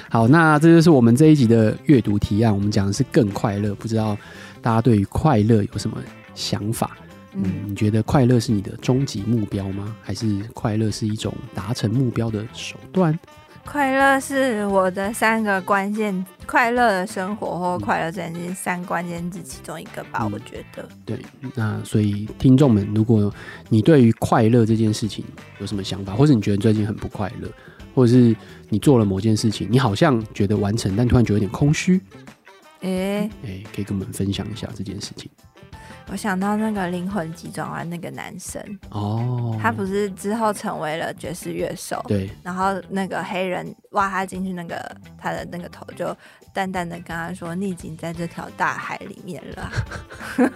Speaker 1: 好，那这就是我们这一集的阅读提案，我们讲的是更快乐。不知道大家对于快乐有什么想法？嗯，
Speaker 2: 嗯，
Speaker 1: 你觉得快乐是你的终极目标吗？还是快乐是一种达成目标的手段？
Speaker 2: 快乐是我的三个关键，快乐的生活或快乐这件事三关键字其中一个吧，
Speaker 1: 嗯
Speaker 2: 我觉得。
Speaker 1: 对，那所以听众们，如果你对于快乐这件事情有什么想法，或者你觉得最近很不快乐，或者是你做了某件事情，你好像觉得完成，但突然觉得有点空虚，
Speaker 2: 诶、
Speaker 1: 哎，可以跟我们分享一下这件事情
Speaker 2: 我想到那个灵魂急转弯那个男生，
Speaker 1: 哦。
Speaker 2: 他不是之后成为了爵士乐手，
Speaker 1: 对，
Speaker 2: 然后那个黑人挖他进去，那个他的那个头就淡淡的跟他说：“你已经在这条大海里面了 啊，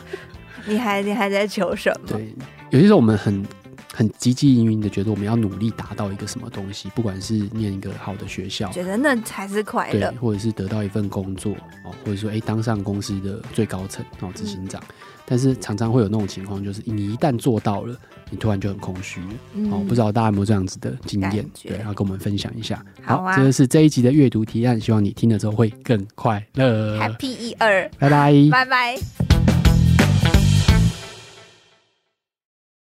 Speaker 2: 你还你还在求什么
Speaker 1: 对，有些时候我们很很积极营营的觉得我们要努力达到一个什么东西，不管是念一个好的学校？”，
Speaker 2: 觉得那才是快
Speaker 1: 对
Speaker 2: 乐，，
Speaker 1: 或者是得到一份工作哦，或者说哎当上公司的最高层哦执行长，
Speaker 2: 嗯
Speaker 1: 但是常常会有那种情况，就是你一旦做到了，你突然就很空虚了
Speaker 2: 嗯
Speaker 1: 哦。不知道大家有没有这样子的经验
Speaker 2: 感？觉
Speaker 1: 对，然后跟我们分享一下。
Speaker 2: 好啊
Speaker 1: 这就是这一集的阅读提案，希望你听了之后会更快乐。
Speaker 2: ，Happy 一二，
Speaker 1: 拜拜。
Speaker 2: 拜拜。